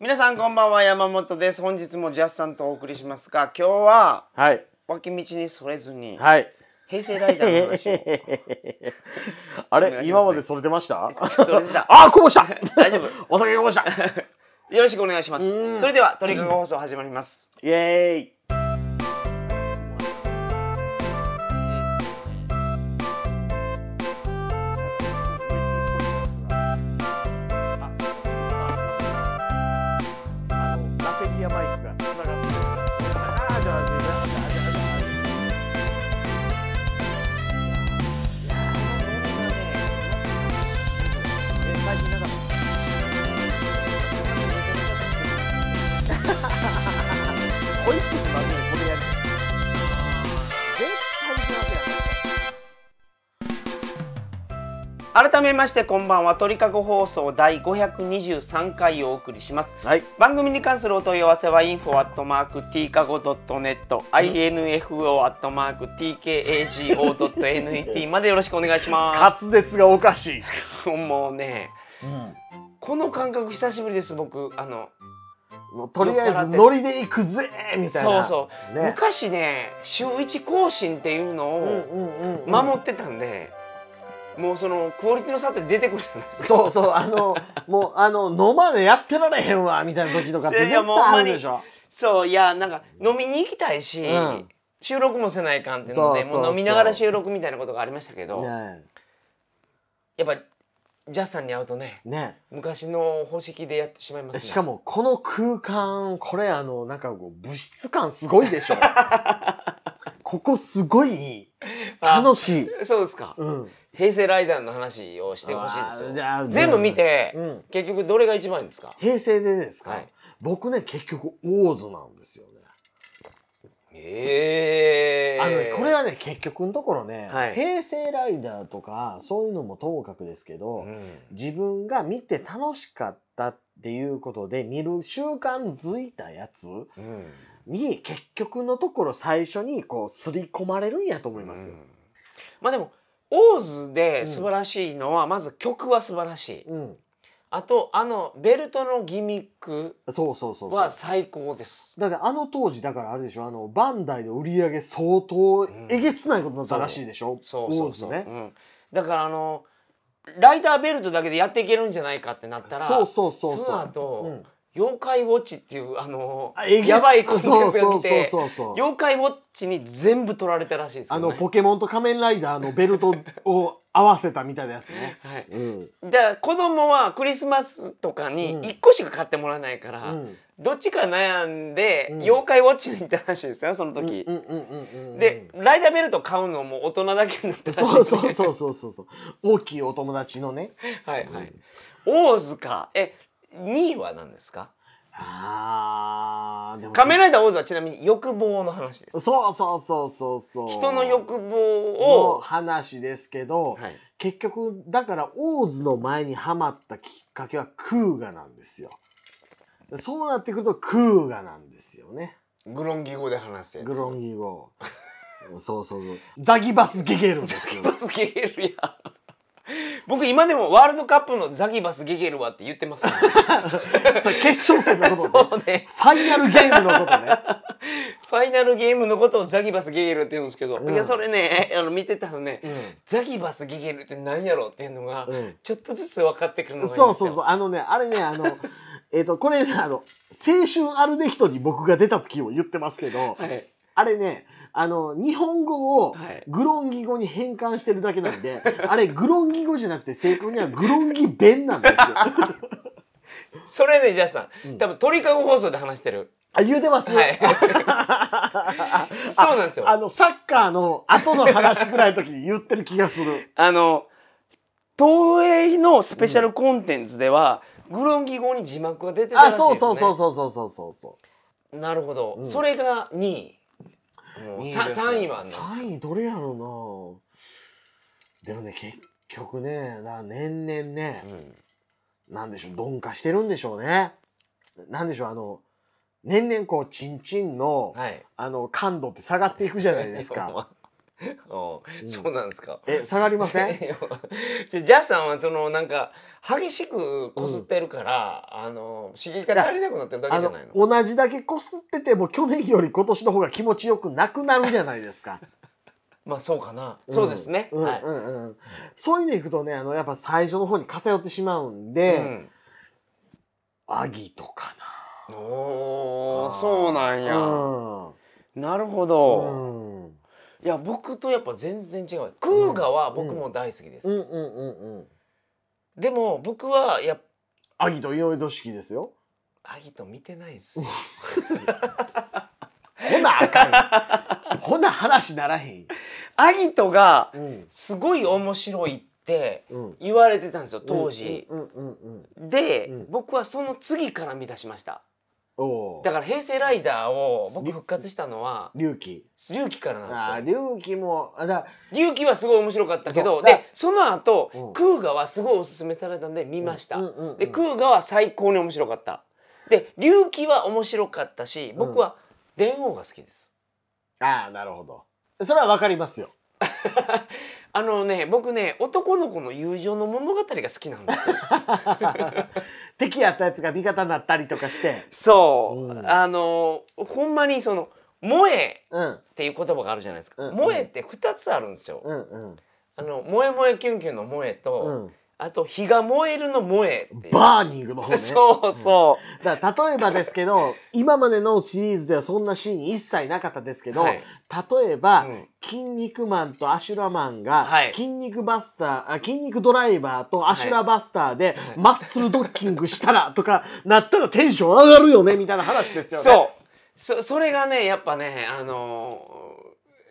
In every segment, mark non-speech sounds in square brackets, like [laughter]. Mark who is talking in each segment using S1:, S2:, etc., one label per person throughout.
S1: 皆さんこんばんは山本です本日もジャスさんとお送りしますが今日は
S2: はい。
S1: 脇道にそれずに
S2: はい。
S1: 平成ライダーの話
S2: [laughs]
S1: を
S2: あ
S1: お願いしま
S2: れ
S1: す
S2: 今までそれてました [laughs]
S1: それだ
S2: あー、こぼした
S1: 大丈夫
S2: お酒こぼした
S1: よろしくお願いします
S2: うん
S1: それでは鳥かご放送始まります
S2: イエーイこいつしまずこれやる絶対いけませんよ
S1: 改めましてこんばんは鳥かご放送第523回をお送りします
S2: はい
S1: 番組に関するお問い合わせは info.tkago.net info.tkago.net までよろしくお願いしま
S2: 滑舌がおかしい、
S1: す。もうね、この感覚久しぶりです僕あの
S2: もうとりあえずノリで行くぜみたい
S1: そう
S2: な
S1: そうう、
S2: ね
S1: 昔ね週一更新っていうのを
S2: うんうんうんうん
S1: 守ってたんで、もうそのクオリティの差って出てくるじゃないですか。
S2: そうそうあのもうあの飲までやってられへんわみたいな時とかって
S1: いやい
S2: 絶対
S1: やもうほん
S2: あ
S1: ま
S2: る
S1: に
S2: でしょ
S1: そういやなんか飲みに行きたいし、
S2: うん
S1: 収録もせないかんってので
S2: そうそうそう
S1: もう飲みながら収録みたいなことがありましたけど。
S2: ね
S1: やっぱジャスさんに会うとね
S2: えね
S1: 昔の方式でやってしまいます
S2: え
S1: ね
S2: しかもこの空間これあのなんかこう物質感すごい
S1: [laughs]
S2: でしょここすごい
S1: あ
S2: 楽しい、
S1: そうですか
S2: うん、
S1: 平成ライダーの話をしてほしいです
S2: あーじゃあ
S1: よ全部見て、
S2: うん
S1: 結局どれが一番いいんですか
S2: 平成でですか、
S1: はい
S2: 僕ね結局大津なんですよね、
S1: ええ
S2: あのねこれはね結局のところね、
S1: はい
S2: 平成ライダーとかそういうのもともかくですけど、
S1: うん
S2: 自分が見て楽しかったっていうことで見る習慣づいたやつ
S1: うん
S2: に結局のところ最初にこう刷り込まれるんやと思いますよ
S1: う。んまあでもオーズで素晴らしいのは、まず曲は素晴らしい
S2: うん、
S1: あとあのベルトのギミック
S2: そうそうそうそう
S1: は。最高です
S2: だからあの当時だからあれでしょあのバンダイの売り上げ相当
S1: ん
S2: えげつないことになったらしいでしょ、
S1: そうそうそう、
S2: 大津
S1: う
S2: ね、
S1: ん、だからあのライダーベルトだけでやっていけるんじゃないかってなったら
S2: そうそうそうそう
S1: その後、
S2: うん
S1: 妖怪ウォッチっていうあの
S2: あえげつ
S1: やばいコンテンツが来
S2: そうそう
S1: て
S2: そうそうそう
S1: 妖怪ウォッチに全部取られたらしいですよ、
S2: あ
S1: ね、、
S2: のポケモンと仮面ライダーのベルトを合わせたみたいなやつね
S1: はい、
S2: うん
S1: だから子供はクリスマスとかに
S2: うん
S1: 1個しか買ってもらえないか
S2: う
S1: ら、
S2: ん、
S1: どっちか悩んで、
S2: うん
S1: 妖怪ウォッチに行ったらしいですよその
S2: うん
S1: 時、
S2: うんうんうんうんうん
S1: でライダーベルト買うのも大人だけになったらしい
S2: そうそうそうそうそうそう大きいお友達のね
S1: はいはい。大塚、え、2位は何ですか。
S2: あーでも
S1: 仮面ライダー大津はちなみに欲望の話です。
S2: そうそうそうそうそう
S1: 人の欲望
S2: の
S1: を。
S2: 話ですけど、
S1: はい。
S2: 結局だからオーズの前にハマったきっかけはクーガなんですよそうなってくるとクーガなんですよね
S1: グロンギ語で話すやつ。
S2: グロンギ語そうそうそうザギバスゲゲルですよ
S1: バスゲゲルや。僕今でもワールドカップのザギバスゲゲルはって言ってますから
S2: [laughs]
S1: ね、
S2: それ決勝戦のこと
S1: そう
S2: ね
S1: ね。
S2: ファイナルゲームのことね
S1: ファイナルゲームのことをザギバスゲゲルって言うんですけど、
S2: うん
S1: いやそれね、 [laughs] あの見てたのね、
S2: う
S1: ザギバスゲゲルって何やろっていうのが、
S2: うん
S1: ちょっとずつ分かってくるのがいいんです
S2: そ
S1: よ。
S2: うそうそうあのねあれねあ
S1: [laughs]
S2: のえっとこれねあの青春アルデヒトに僕が出た時も言ってますけど、
S1: はい。
S2: あれね、あの、日本語を
S1: はい
S2: グロンギ語に変換してるだけなんで、 [laughs] あれ、グロンギ語じゃなくて正確にはグロンギ弁な
S1: [laughs]
S2: んですよ。
S1: それね、ジャスさん、
S2: うん
S1: 多分鳥かご放送で話してる。
S2: あ、言うてます、
S1: はい。 [laughs] そうなんですよ。
S2: あ
S1: あ
S2: の、サッカーの後の話くらいの時に言ってる気がす
S1: [laughs]
S2: る。
S1: の東映のスペシャルコンテンツでは、グロンギ語に字幕が出てたらしい
S2: あ、
S1: ですね。
S2: そうそうそうそうそうそうそうそ
S1: なるほど、
S2: うん
S1: それが2位。も
S2: う。
S1: うさ3位は何ですか
S2: 3位どれやろうなでもね、結局ね、な年々ね、
S1: うん
S2: なんでしょう、鈍化してるんでしょうね。なんでしょう、あの、年々こう、チンチンの、
S1: はい。 [laughs]
S2: あの感度って下がっていくじゃないですか。
S1: う、
S2: うんん
S1: そうなんですか。
S2: え、下がりません
S1: [laughs] いやちょジャスさんはそのなんか激しくこすってるから、あの刺激が足りなくなってるだけ
S2: あ
S1: じゃ
S2: の
S1: ないの。
S2: 同じだけこすってても去年より今年の方が気持ちよくなくなるじゃないで
S1: [laughs]
S2: すか。
S1: まあそうかな。そうですね。
S2: うん
S1: はい。
S2: うんうんうんそういうのいくとねあのやっぱ最初の方に偏ってしまうんで、
S1: うん
S2: アギとか
S1: お
S2: あ
S1: ー
S2: ー
S1: そうなん
S2: な。
S1: や、
S2: うん
S1: なるほ
S2: う
S1: ど、
S2: んうん
S1: いや僕とやっぱ全然違うクーガは僕も大好きです、
S2: うんうんうん。
S1: でも僕はやっ
S2: アギといおいどしきですよ。
S1: アギト見てないです
S2: ほなあか
S1: [laughs]
S2: ん。ほな話ならへんよ。
S1: アギトが
S2: うん
S1: すごい面白いって
S2: うん
S1: 言われてたんですよ当時、
S2: うんうんうん。
S1: で、
S2: うん
S1: 僕はその次から見出しました
S2: おお
S1: だ。から平成ライダーを僕復活したのは
S2: 龍騎。
S1: 龍騎から
S2: あ
S1: な
S2: あ
S1: んですよ
S2: 龍騎もあだ
S1: 龍騎はすごい面白かったけ
S2: そ
S1: ど
S2: うだ
S1: でその後、
S2: うん
S1: クーガはすごいおすすめされたんで見ました、
S2: うんうんうん
S1: でクーガは最高に面白かったで龍騎は面白かったし僕は電王が好きです、
S2: ああなるほど。それはわかります
S1: [laughs]
S2: よ。
S1: あのね僕ね男の子の友情の物語が好きなん
S2: [laughs]
S1: ですよ
S2: 敵やったやつが味方になったりとかして。
S1: そう、
S2: うん
S1: あのほんまにその「萌え」
S2: うん
S1: っていう言葉があるじゃないですか「
S2: うん
S1: 萌え」って2つあるんですよ、
S2: うんうん
S1: あの萌え萌えキュンキュンの萌えと、
S2: うん。
S1: あと火が燃えるの萌えっていう
S2: バーニングの方ね。
S1: [laughs] そうそう、
S2: だから例えばですけど、今までのシリーズではそんなシーン一切なかったですけど、
S1: はい
S2: 例えば、
S1: うん
S2: 筋肉マンとアシュラマンが、
S1: はい
S2: 筋肉バスターあ、筋肉ドライバーとアシュラバスターで、
S1: はい
S2: マッスルドッキングしたらとかなったらテンション上がるよね、みたいな話ですよね。う。
S1: そうそそれがねやっぱねあのー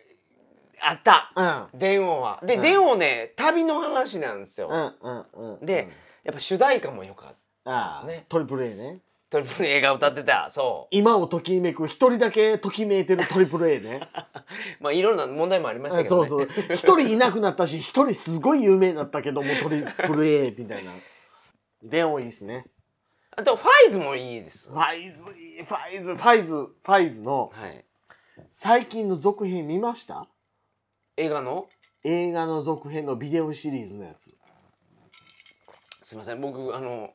S1: あった
S2: うん。
S1: 電王はで、
S2: うん
S1: 電王ね旅の話なんですよ、
S2: うんうんうん。
S1: で、やっぱ主題歌も良かった
S2: ああ、
S1: ですね
S2: トリプル A ね。
S1: トリプル A が歌ってたそ
S2: 今をときめく、一人だけときめいてるトリプル A [laughs] ね。
S1: うまあいろんな問題もありましたけど
S2: そ
S1: ね
S2: うそう。一人いなくなったし、一人すごい有名になったけども、トリプル A みたいな。電話いいですね。
S1: あとファイズもいいです
S2: ファイズいい、ファイズ、ファイズ、ファイズの
S1: はい
S2: 最近の続編見ました
S1: 映画の
S2: 映画の続編のビデオシリーズのやつ。
S1: すいません僕あの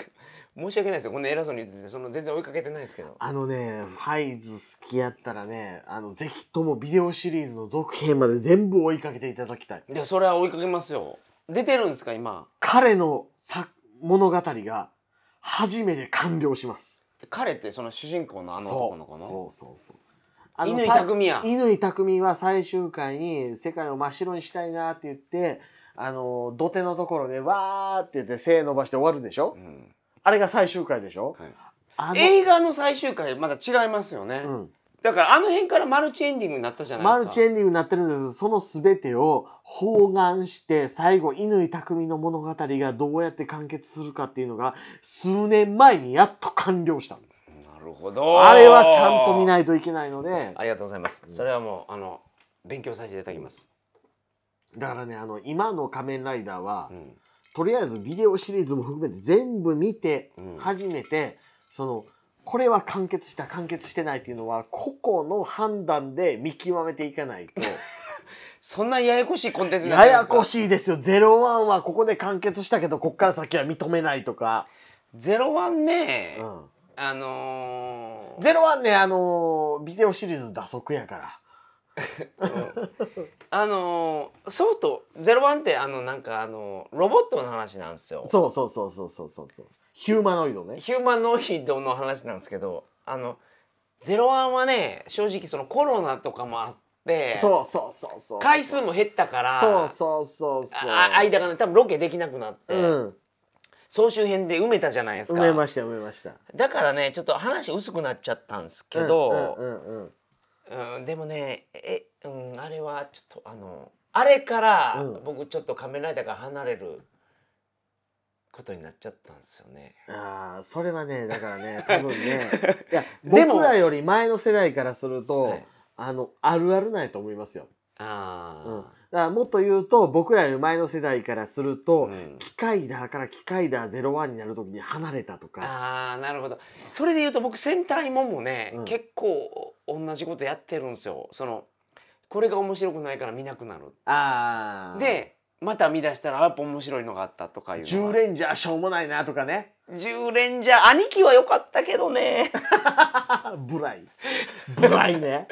S1: [laughs] 申し訳ないですよこんな偉そうに言っててその全然追いかけてないですけど
S2: あのね、ファイズ好きやったらね、あの、ぜひともビデオシリーズの続編まで全部追いかけていただきたい。
S1: いやそれは追いかけますよ出てるんですか今
S2: 彼の作物語が初めて完了します。
S1: 彼ってその主人公のあの
S2: そ
S1: 男
S2: う
S1: の子の
S2: そうそうそう。あの
S1: 乾
S2: さ
S1: 拓実や
S2: 乾匠は最終回に世界を真っ白にしたいなって言ってあの土手のところでわーって言って背伸ばして終わるでしょ、
S1: うん
S2: あれが最終回でしょ、
S1: はい
S2: あの
S1: 映画の最終回まだ違いますよね、
S2: うん
S1: だからあの辺からマルチエンディングになったじゃないです
S2: マ
S1: か
S2: ルチエンディングになってるんですけどその全てを包含して最後乾匠の物語がどうやって完結するかっていうのが数年前にやっと完了したんです
S1: なるほど
S2: あれはちゃんと見
S1: い
S2: ないといけないので
S1: ありがとうございます、それはもうあの勉強させていただきます、
S2: だからねあの今の「仮面ライダー」は
S1: う、ん
S2: とりあえずビデオシリーズも含めて全部見て
S1: うん
S2: 初めて、そのこれは完結した完結してないっていうのは個々の判断で見極めていかな
S1: [laughs]
S2: いと
S1: そんなややこしいコンテンツ
S2: ややこ
S1: い
S2: しいですよ「ゼロワンはここで完結したけどこっから先は認めないとか
S1: ゼロワン
S2: 「
S1: ね、
S2: うん
S1: あのー
S2: ゼロワンねあのービデオシリーズ打足やから
S1: あのーソフトゼロワンってあのなんかあのロボットの話なんですよ
S2: そうそうそうそうそうそうそうヒューマノイドね
S1: ヒューマノイドの話なんですけどあのゼロワンはね正直そのコロナとかもあって
S2: そうそうそうそう
S1: 回数も減ったから
S2: そうそうそうそう
S1: あ間がね多分ロケできなくなって、
S2: うん
S1: 総集編で埋めたじゃないです
S2: 埋め
S1: か
S2: ました埋めました
S1: だからねちょっと話薄くなっちゃったんですけど、
S2: うんうんうんうん
S1: うんでもねえ、うん、あれはちょっとあのあれから、
S2: うん
S1: 僕ちょっと仮面ライダーから離れることになっちゃったんですよね。
S2: ああ、それはね、だから
S1: [laughs]
S2: ね、多分ね、いや、
S1: でも
S2: 僕らより前の世代からすると、
S1: はい
S2: あの、あるあるないと思いますよ。
S1: あ
S2: うん。
S1: ー
S2: だからもっと言うと、僕らより前の世代からすると、
S1: うん
S2: 機械だから機械だ01になるときに離れたとか、
S1: あーなるほどそれで言うと僕戦隊もんもね、
S2: うん
S1: 結構同じことやってるんですよそのこれが面白くないから見なくなる
S2: ああ。、
S1: でまた見出したらあやっぱ面白いのがあったとかいうの
S2: 10
S1: が
S2: レンジャーしょうもないなと
S1: [laughs]
S2: かね。
S1: 10連じゃ兄貴は良かったけどね
S2: [laughs] ブライ。ブライね。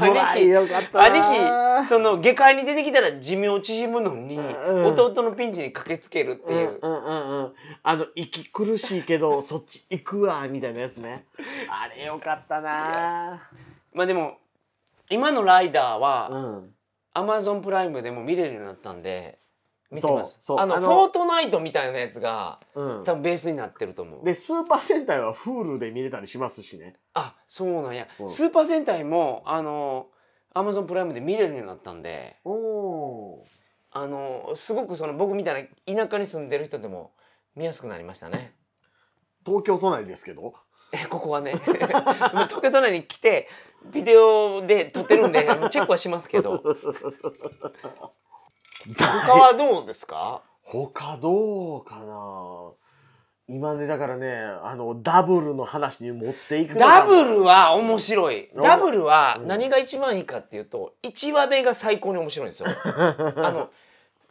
S2: ブラ
S1: [laughs]
S2: イ
S1: 兄貴
S2: よかったな。
S1: 兄貴その下界に出てきたら寿命縮むのに、
S2: うん
S1: 弟のピンチに駆けつけるって
S2: う
S1: い
S2: ん
S1: う、
S2: うんうんうん。あの、息苦しい
S1: [laughs]
S2: けど、そっち行くわ、みたいなやつね。あれよかったな。
S1: まあでも今のライダーは、
S2: うん。
S1: アマゾンプライムでも見れるようになったんで見てます
S2: そうそう
S1: あの
S2: あの
S1: フォートナイトみたいなやつが
S2: うん。
S1: 多分ベースになってると思う
S2: で、スーパー戦隊はフールで見れたりしますしね。
S1: あそうなんや
S2: そう
S1: スーパー戦隊もあのアマゾンプライムで見れるようになったんで
S2: おお。
S1: あのすごくその僕みたいな田舎に住んでる人でも見やすくなりましたね
S2: 東京都内です
S1: [laughs]
S2: けど。
S1: えここは
S2: [laughs]
S1: ねまあ東京都内に来てビデオで撮ってるんであのチェックはしますけど他はどうですか
S2: 他どうかな今ねだからねあのダブルの話に持っていくのかな
S1: ダブルは面白い。
S2: うん
S1: ダブルは
S2: うん
S1: 何が一番いいかっていうと、1話目が最高に面白いんです
S2: [laughs]
S1: よ。あの、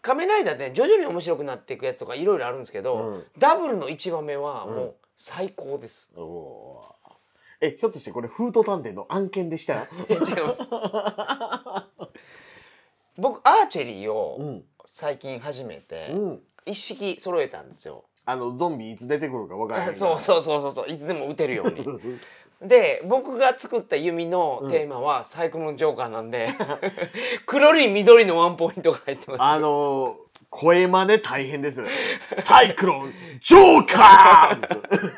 S1: 仮面ライダーって徐々に面白くなっていくやつとかいろいろあるんですけど、
S2: うん
S1: ダブルの1話目はも
S2: うん
S1: う最高
S2: [laughs]
S1: です。
S2: おーえひょっとしてこれフード探偵の案件でした
S1: 違います。僕、アーチェリー
S2: う
S1: を
S2: ん、
S1: 最近始めて、
S2: うん、
S1: 一式揃えたんですよ。
S2: あのゾンビいつ出てくるか分からへ
S1: [laughs]
S2: ん
S1: そう
S2: う
S1: そうそうそうそう、いつでも撃てるように。で僕が作った弓のテーマは「最高のジョーカー」なんで、 [laughs] 黒に緑のワンポイントが入ってます。
S2: あの声真似大変 [laughs] ですサイクロンジョーカ [laughs] ーで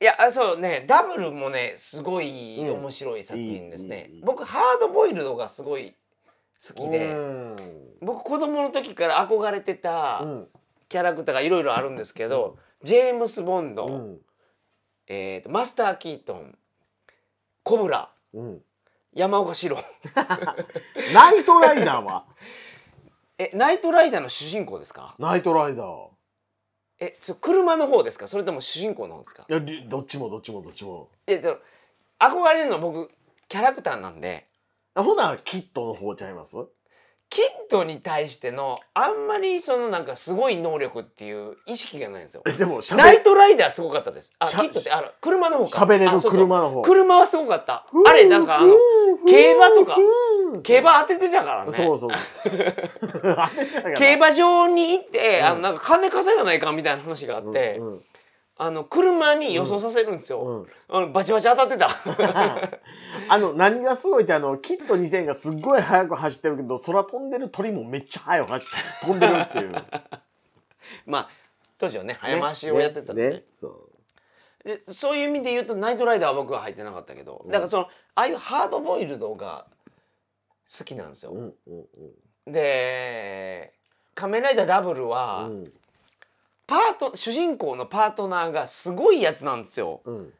S1: いやあそうねダブルもねすごい面白い作品ですね。
S2: うんいいいい
S1: 僕ハードボイルドがすごい好
S2: す
S1: きで僕子供の時から憧れて
S2: う
S1: た
S2: ん
S1: キャラクターがいろいろあるんですけど、ジェームス・ボンド、
S2: うん
S1: えーとマスター・キートンコブラ
S2: うん
S1: 山岡四郎
S2: ナイトライダーは [laughs]
S1: えナイトライダーの主人公ですか
S2: ナイトライダー
S1: えそ車の方ですかそれとも主人公の方ですか
S2: いやりどっちもどっちもどっちも
S1: いやその憧れるのは僕キャラクターなんで
S2: あほなキットの方ちゃいます [laughs]
S1: キッドに対してのあんまりそのなんかすごい能力っていう意識がないんですよ
S2: え。でもしゃ
S1: ナ
S2: べ
S1: イトライダーすごかったです。あ
S2: し
S1: キ
S2: ゃ
S1: ッドってあの車の方か。
S2: 喋れ
S1: あ
S2: る
S1: そうそう
S2: 車の方
S1: 車はすごかった。あれなんかあの競馬とか競馬当ててたからね。
S2: そ
S1: [laughs]
S2: うそうそうあれだから
S1: 競馬場に行って、
S2: うん
S1: あのなんか金稼がないかみたいな話があって、
S2: うんうん
S1: あの車に予想させるんですよ。
S2: うん
S1: あのバチバチ当たって [laughs] た。
S2: [laughs] あの何がすごいってあのキット2000がすっごい速く走ってるけど空飛んでる鳥もめっちゃ速く走って飛んでるっていう
S1: まあ当時はね [laughs] 早回しをやってたんで、
S2: ねねそ
S1: でそういう意味で言うとナイトライダーは僕は入ってなかったけど
S2: うん
S1: だからそのああいうハードボイルドが好きなんです
S2: うう
S1: よ。
S2: んうん
S1: で「仮面ライダーダブルは」
S2: うん
S1: パート主人公のパートナーがすごいやつなんですよ
S2: うん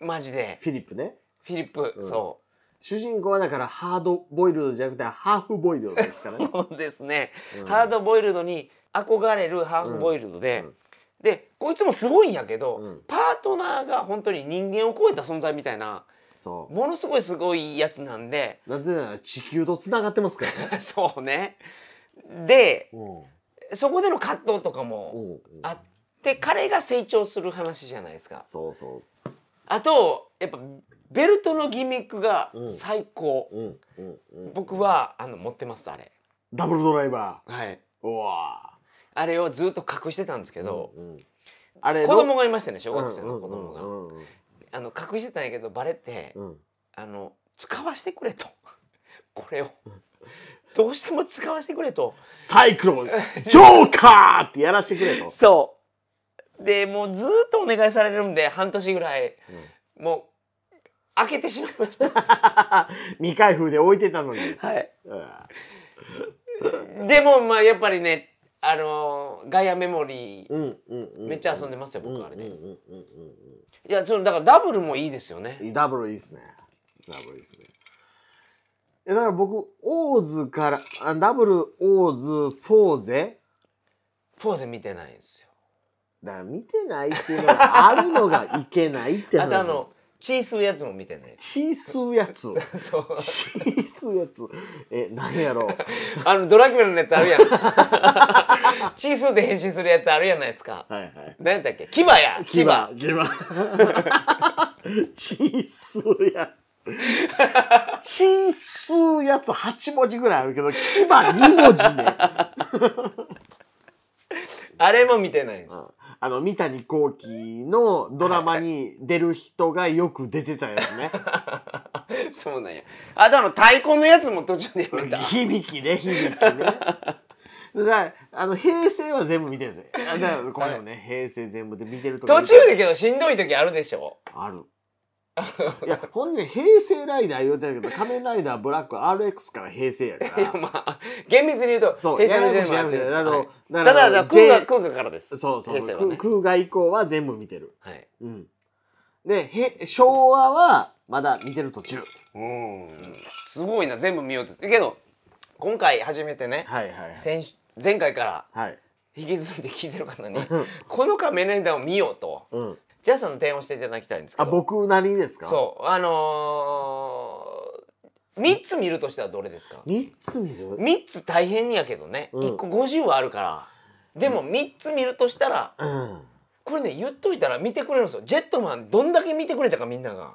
S1: マジで
S2: フィリップね
S1: フィリップ、
S2: うん
S1: そ
S2: 主人公はだからハードボイルドじゃなくてハーフボイルドです
S1: [laughs]
S2: からね
S1: うそうですね、
S2: うん
S1: ハードボイルドに憧れるハーフボイルドで、
S2: うんうん
S1: でこいつもすごいんやけど、
S2: うん
S1: パートナーが本当に人間を超えた存在みたいな
S2: そう
S1: ものすごいすごいやつなんで [laughs]
S2: なぜなら地球とつながってますからね。
S1: そうねで
S2: うん
S1: そこでの葛藤とか
S2: う
S1: も
S2: んうん
S1: あって、彼が成長する話じゃないですか
S2: そうそ
S1: あとやっぱベルトのギミックが
S2: うん
S1: 最高、
S2: う。うんうんうん、
S1: 僕はあの持ってますあれ
S2: ダブルドライバ
S1: はい
S2: ー。うわあ。
S1: あれをずっと隠してたんですけ
S2: け
S1: ど、、
S2: うんうん、あれ
S1: 子供がいましたね
S2: の
S1: 小学生の子供が、
S2: うんうんうん
S1: あの隠してたんやけどバレて、
S2: うんうん
S1: あの使わせてくれと [laughs] これをどうしても使わせてくれと
S2: [laughs] サイクロン、ジョーカーってやらせてくれと。
S1: そうでもうずっとお願いされるんで半年ぐらいもう開けてしまいま
S2: [laughs]
S1: した
S2: 未開封で置いてたのに。
S1: はい
S2: うん
S1: でもまあやっぱりねあのガイアメモリー
S2: うんうんうん。
S1: めっちゃ遊んでますよ僕あれで、
S2: うんうん
S1: い
S2: うんうんうん
S1: やそのだからダブルもいいですよね
S2: うん。ダブルいいっすね。ダブルいいっすね。えだから僕、オーズから、あダブル、オーズ、フォーゼ
S1: フォーゼ見てないんですよ
S2: だから見てないっていうのがあるのがいけないって
S1: あ
S2: 話
S1: とあの血吸うやつも見てね
S2: 血吸うやつ。
S1: [laughs] そう
S2: 血吸うやつ。え、何やろう。
S1: あのドラキュラのやつある
S2: [laughs]
S1: やん血吸うて変身するやつあるやないですか
S2: はいはい。
S1: 何やったっけ牙や
S2: 牙、牙。 [laughs] 血吸うやつ。血吸うやつ8文字ぐらいあるけど、牙2文字
S1: [laughs]
S2: ね。
S1: あれも見てないんです、
S2: あの、三谷幸喜のドラマに出る人がよく出てたやつね。
S1: [laughs] そうなんやあとあの太鼓のやつも途中でや [laughs] めた
S2: 響きね、響きね。だからあの平成は全部見てるんですよ。あだからこれもね、平成全部で見てるとか
S1: 途中でけどしんどい時あるでしょ
S2: ある。いや、ほんで、平成ライダー言うてるけど、仮面ライダーブラック RX から平成やか
S1: いや
S2: ら。
S1: まあ厳密に言うと
S2: そう、
S1: 平成の
S2: やめ
S1: 全
S2: て
S1: 部
S2: や
S1: あっ
S2: め
S1: てる
S2: て。
S1: は
S2: あ
S1: い
S2: の、
S1: ただ
S2: だか
S1: だ
S2: ら
S1: から空
S2: J-
S1: が空がからです
S2: そうそう、
S1: 平成はね
S2: く空外以降は全部見てる。
S1: はい
S2: うん。で、へ昭和はまだ見てる途中。
S1: うんすごいな全部見ようとけど今回初めてね
S2: はいはいはい。
S1: 先前回から
S2: はい。
S1: 引き続いて聞いてる方 [laughs] にこの仮面ライダーを見ようと
S2: うん。
S1: ジャスさんの提案をしていただきたいんですけ
S2: あ、
S1: ど
S2: 僕なりにですか
S1: そうあのー、3つ見るとしたらどれですか
S2: 三つ見る
S1: 3つ大変やけどね、
S2: うん
S1: 1個50はあるからでも3つ見るとしたら
S2: うん。
S1: これね言っといたら見てくれるんですよジェットマンどんだけ見てくれたかみんなが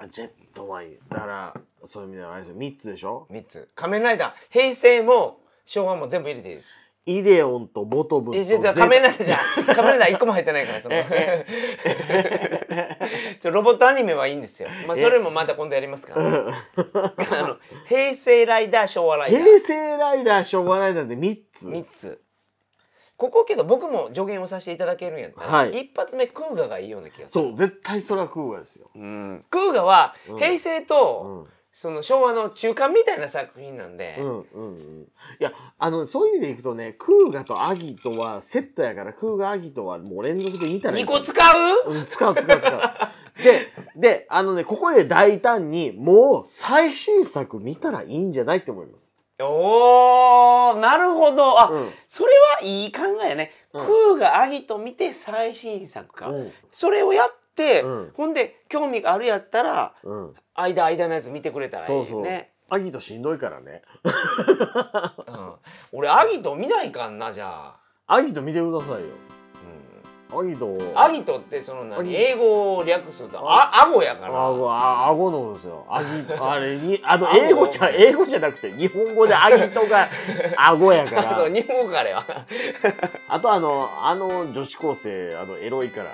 S2: あジェットマン。だから、そういう意味ではあれですよ。三つでしょ
S1: 3つ仮面ライダー平成も昭和も全部入れていいです
S2: イデオンとボトムと
S1: えじゃあじゃあ
S2: ゼタ
S1: 仮面ライダーじゃん仮面ライダー1個も入ってないからその [laughs] ちょロボットアニメはいいんですよ、まあ、それもまた今度やりますから、あの平成ライダー昭和ライダー
S2: 平成ライダー、昭和ライダーで三つ。
S1: 3つここけど僕も助言をさせていただけるんやったら、
S2: はい
S1: 一発目クーガがいいような気がする
S2: そう、絶対それは空ガですよ。
S1: うんクーガは
S2: うん
S1: 平成
S2: う
S1: と
S2: ん。
S1: その昭和の中間みたいな作品なんで、
S2: うんうんうん、いやあのそういう意味でいくとねクーガとアギとはセットやからクーガアギとはもう連続で見たらいい
S1: 2
S2: と思
S1: 個
S2: う
S1: 使う、
S2: うん、使う使う使う。 [laughs] で、で、あのね、ここで大胆に、もう最新作見たらいいんじゃないって思います。
S1: おーなるほどあ、
S2: うん
S1: それはいい考えやね、
S2: うん
S1: クーガアギと見て最新作か、
S2: うん
S1: それをやって、
S2: うん
S1: ほんで興味があるやったら
S2: うん。
S1: 間間のやつ見てくれたらいい
S2: そ
S1: よ
S2: うそう
S1: ね。
S2: アギとしんどいからね。
S1: うん、俺アギト見ないかんなじゃあ、
S2: アギと見てくださいよ。
S1: う
S2: アギと。
S1: ん、アギトってその
S2: アギ
S1: 何英語を略するとあ顎やから
S2: あご、あごのですよ。アギ、あれに、あの、
S1: 顎
S2: 英語じゃ、英語じゃなくて、日本語でアギとが、あごやか
S1: [laughs] そう
S2: ら。
S1: 日本語からは
S2: あと、あの、あの女子高生、あの、エロい [laughs] から。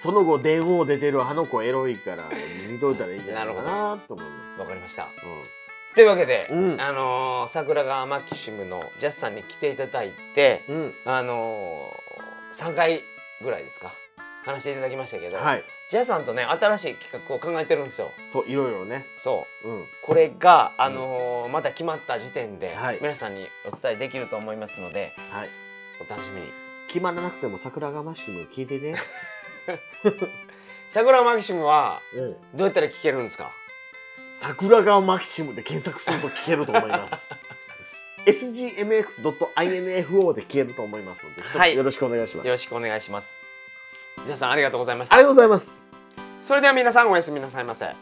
S2: その後、電話出てるあの子エロいから、見といたらいいんじゃないかなと思います。
S1: わかりました
S2: うん
S1: というわけで、
S2: うん
S1: あのー桜川マキシムのジャスさんに来ていただいて
S2: うん、
S1: あのー、3回ぐらいですか話していただきましたけど、
S2: はい、
S1: ジャスさんとね新しい企画を考えてるんですよ
S2: そういろいろね、
S1: そう
S2: うん、
S1: これが、あのーまだ決まった時点で、
S2: はい
S1: 皆さんにお伝えできると思いますので
S2: はい、
S1: お楽しみに
S2: 決まらなくても桜がましくも聞いてね。
S1: 桜マキシムは
S2: うん、
S1: どうやったら聞けるんですか
S2: 桜川マキシムで検索すると聞けると思い [laughs] ます。sgmx.info で聞けると思いますので、一つ
S1: はい
S2: よろしくお願いします。
S1: よろしくお願いします皆さんありがとうございまし
S2: あ
S1: た
S2: りがとうございます。
S1: それでは皆さんおやすみなさいませ